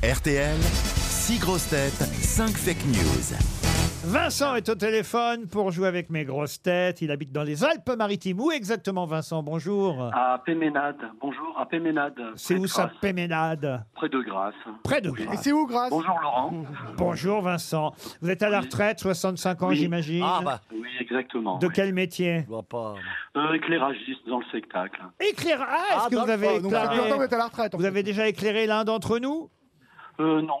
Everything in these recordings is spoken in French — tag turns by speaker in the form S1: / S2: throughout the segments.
S1: RTL, 6 grosses têtes, 5 fake news.
S2: Vincent est au téléphone pour jouer avec mes grosses têtes. Il habite dans les Alpes-Maritimes. Où exactement, Vincent Bonjour.
S3: À Péménade. Bonjour, à Péménade.
S2: C'est
S3: Près
S2: où
S3: de
S2: ça,
S3: Grasse.
S2: Péménade
S3: Près de Grasse.
S2: Près de
S4: Et
S2: Grasse.
S4: c'est où, Grâce
S3: Bonjour Laurent.
S2: Bonjour, Vincent. Vous êtes à la retraite, 65 ans,
S3: Oui.
S2: j'imagine.
S5: Ah bah,
S3: Oui, exactement.
S2: De
S3: oui.
S2: quel métier
S5: je vois pas.
S3: Euh, éclairagiste dans le spectacle.
S2: Éclairage.
S5: Ah,
S2: Est-ce que vous
S5: d'accord.
S2: avez
S4: Donc, ça fait
S2: éclairé
S4: longtemps que t'es à la retraite. en
S2: Vous
S4: fait.
S2: avez déjà éclairé l'un d'entre nous
S3: Euh, non.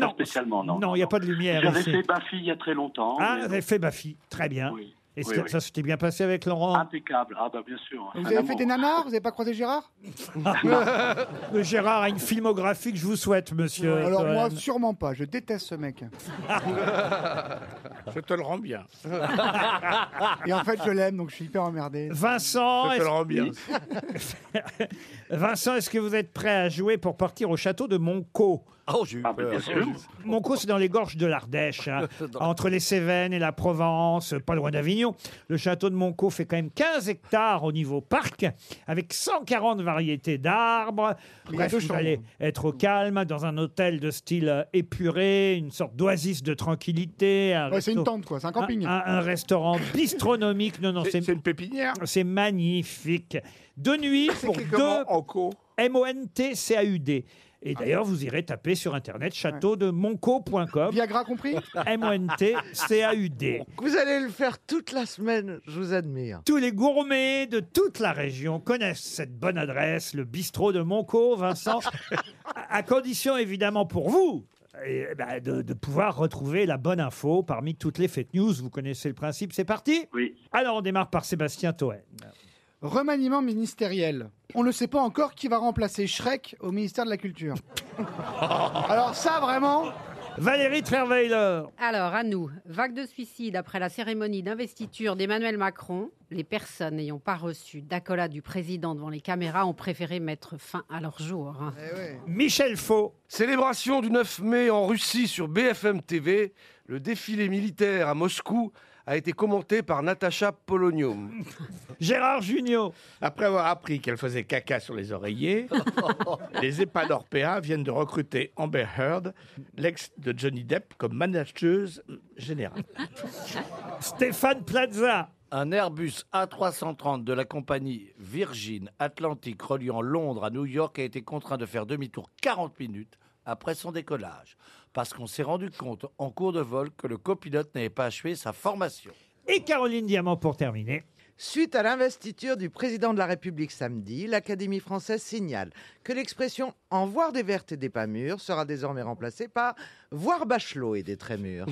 S3: Pas spécialement, non.
S2: Non, il n'y a pas de lumière
S3: J'avais
S2: ici.
S3: fait Bafi il y a très longtemps.
S2: Ah,
S3: mais-
S2: vous avez fait ma fille. Très bien.
S3: Oui.
S2: Est-ce
S3: Oui,
S2: que
S3: oui.
S2: ça s'était bien passé avec Laurent
S3: Impeccable. Ah bah bien sûr.
S4: Vous
S3: Un
S4: avez fait
S3: amour.
S4: des nanars Vous n'avez pas croisé Gérard
S3: Ah.
S2: Le Gérard a une filmographie que je vous souhaite, monsieur.
S4: Alors moi,
S2: Toen.
S4: sûrement pas. Je déteste ce mec.
S6: Je te le rends bien.
S4: Et en fait, je l'aime, donc je suis hyper emmerdé.
S7: Ah,
S2: Vincent,
S6: Je te
S2: est-ce-
S6: le rends bien.
S2: Vincent, est-ce que vous êtes prêt à jouer pour partir au château de Monco
S5: Oh, j'ai eu
S3: Ah bah,
S5: peur.
S3: bien sûr.
S2: Monco, c'est dans les gorges de l'Ardèche, hein,
S5: Dans-
S2: entre les Cévennes et la Provence, pas loin d'Avignon. Le château de Monco fait quand même 15 hectares au niveau parc, avec 140 variétés d'arbres.
S4: y a
S2: Bref,
S4: deux
S2: vous
S4: chambres.
S2: allez être au calme, dans un hôtel de style euh, épuré, une sorte d'oasis de tranquillité. un
S4: Ouais, c'est une
S2: resto-
S4: tente, quoi. C'est un camping.
S2: Un, un- un restaurant bistronomique. Non, non,
S6: C'est
S2: c'est...
S6: c'est une pépinière.
S2: c'est magnifique. De nuit
S6: C'est
S2: pour
S6: écrit
S2: deux
S6: comment en co
S2: M-O-N-T-C-A-U-D. Et d'ailleurs, vous irez taper sur internet château de monco.com.
S4: Viagra compris
S2: M-O-N-T-C-A-U-D.
S7: Vous allez le faire toute la semaine, je vous admire.
S2: Tous les gourmets de toute la région connaissent cette bonne adresse, le bistrot de Monco, Vincent, à à condition évidemment pour vous eh ben, de, de pouvoir retrouver la bonne info parmi toutes les fake news. Vous connaissez le principe, c'est parti
S3: Oui.
S2: Alors on démarre par Sébastien Toen.
S4: Remaniement ministériel. On ne sait pas encore qui va remplacer Shrek au ministère de la Culture. Alors ça, vraiment,
S2: Valérie Trierweiler,
S8: Alors, à nous, vague de suicide après la cérémonie d'investiture d'Emmanuel Macron. Les personnes n'ayant pas reçu d'accolade du président devant les caméras ont préféré mettre fin à leur jour. hein.
S7: Eh
S2: Michel Faux,
S9: Célébration du 9 mai en Russie sur BFM TV, le défilé militaire à Moscou a été commenté par Natacha Polonium.
S2: Gérard Junior,
S6: Après avoir appris qu'elle faisait caca sur les oreillers, les épanorpéens viennent de recruter Amber Heard, l'ex de Johnny Depp, comme manageuse générale.
S2: Stéphane Plaza,
S5: Un Airbus A330 de la compagnie Virgin Atlantic reliant Londres à New York a été contraint de faire demi-tour 40 minutes après son décollage, parce qu'on s'est rendu compte en cours de vol que le copilote n'avait pas achevé sa formation.
S2: Et Caroline Diamant pour terminer.
S7: Suite à l'investiture du président de la République samedi, l'Académie française signale que l'expression en voir des vertes et des pas mûres sera désormais remplacée par voir bachelot et des très mûrs.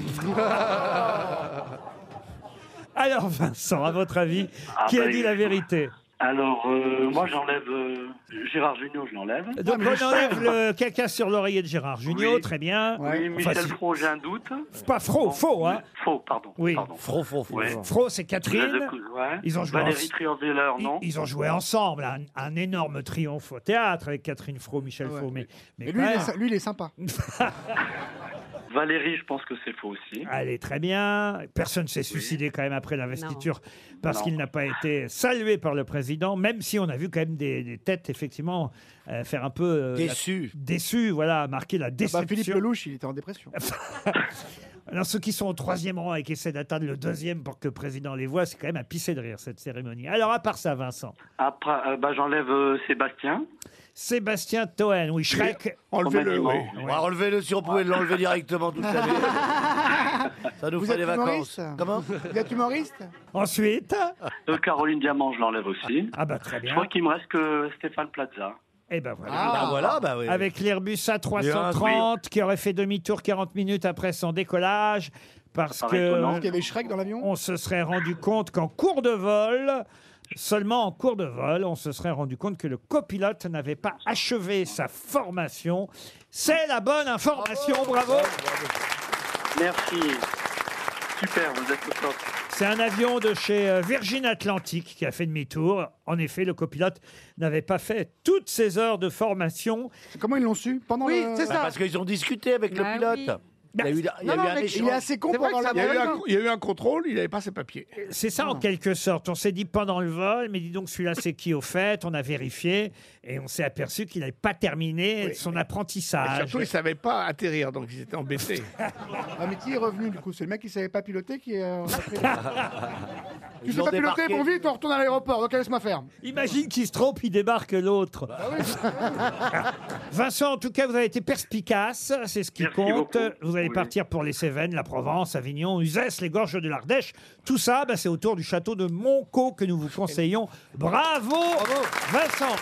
S2: Alors Vincent, à votre avis,
S3: Ah
S2: qui a
S3: bah,
S2: dit la vérité
S3: Alors, euh, moi j'enlève euh, Gérard Junior, je l'enlève.
S2: Donc on enlève le caca sur l'oreiller de Gérard Junior,
S3: Oui.
S2: très bien.
S3: Oui, Michel
S2: Enfin, si-
S3: Fro, j'ai un doute.
S2: Pas faux, faux, hein
S3: Faux, pardon.
S2: Oui.
S3: Pardon.
S5: Fro, fro, fro.
S3: Ouais.
S2: Fro, c'est Catherine.
S3: Ouais.
S2: Ils ont joué
S3: Valérie
S2: en-
S3: Trierweiler,
S2: Ils,
S3: non
S2: ils ont joué ensemble, un, un énorme triomphe au théâtre avec Catherine Fro, Michel
S4: Ouais.
S2: Faux, mais, mais
S4: Et
S2: quand
S4: lui, il est,
S2: même,
S4: sy- lui, il est sympa.
S3: Valérie, je pense que c'est faux aussi.
S2: allez très bien. Personne s'est suicidé quand même après l'investiture parce
S3: Non.
S2: qu'il n'a pas été salué par le président, même si on a vu quand même des, des têtes effectivement euh, faire un peu euh, la-
S5: Déçu.
S2: déçu, voilà, marquer la
S4: Bah,
S2: déception.
S4: Philippe Lelouch, il était en dépression.
S2: Alors ceux qui sont au troisième rang et qui essaient d'atteindre le deuxième pour que le président les voit, c'est quand même à pisser de rire cette cérémonie. Alors à part ça, Vincent,
S3: Après, euh, bah, j'enlève euh, Sébastien.
S2: Sébastien Toen, oui, Shrek,
S6: Enlevez-le, oui.
S3: Remaniement.
S5: On va enlever le si on pouvait l'enlever directement toute la vie. Ça nous
S4: Vous
S5: fait
S4: êtes
S5: les vacances.
S4: humoriste
S5: Comment
S4: Vous êtes humoriste
S2: ensuite,
S3: Euh, Caroline Diamant, je l'enlève aussi.
S2: ah bah très
S3: Je
S2: bien,
S3: crois qu'il me reste que Stéphane Plaza.
S2: et ben voilà.
S3: Ah.
S5: Bah voilà, bah oui.
S2: Avec l'Airbus A330 qui aurait fait demi-tour 40 minutes après son décollage parce
S3: Ça paraît étonnant.
S2: que
S4: Il y avait Shrek dans l'avion
S2: on se serait rendu compte qu'en cours de vol, seulement en cours de vol, on se serait rendu compte que le copilote n'avait pas achevé sa formation. C'est la bonne information, bravo.
S3: Merci. Super, vous êtes au top.
S2: C'est un avion de chez euh, Virgin Atlantic qui a fait demi-tour. En effet, le copilote n'avait pas fait toutes ses heures de formation.
S4: Comment ils l'ont su Pendant
S7: Oui,
S4: le...
S7: c'est ça.
S5: Parce Bah, qu'ils ont discuté avec
S8: Bah
S5: le pilote.
S8: oui.
S5: Il y a eu, il y a eu un échange.
S6: Il y a eu un- il y a eu un contrôle, il n'avait pas ses papiers.
S2: C'est ça
S6: Ah.
S2: en quelque sorte. On s'est dit pendant le vol, mais dis donc celui-là c'est qui au fait On a vérifié et on s'est aperçu qu'il n'avait pas terminé son
S7: Ah,
S6: Et
S2: apprentissage.
S6: surtout, ils ne savaient pas atterrir, donc ils étaient embêtés.
S4: Ah, mais qui est revenu du coup C'est le mec qui savait pas piloter qui est. euh, repris. tu
S6: Ils
S4: sais
S6: l'ont
S4: pas piloter,
S6: débarqué.
S4: bon vite, on retourne à l'aéroport, ok, laisse-moi faire.
S2: Imagine qu'il se trompe, il débarque l'autre. Vincent, en tout cas, vous avez été perspicace, c'est ce qui compte. Vous allez partir pour les Cévennes, la Provence, Avignon, Uzès, les gorges de l'Ardèche. Tout ça, bah, c'est autour du château de Monco que nous vous conseillons. Bravo, Vincent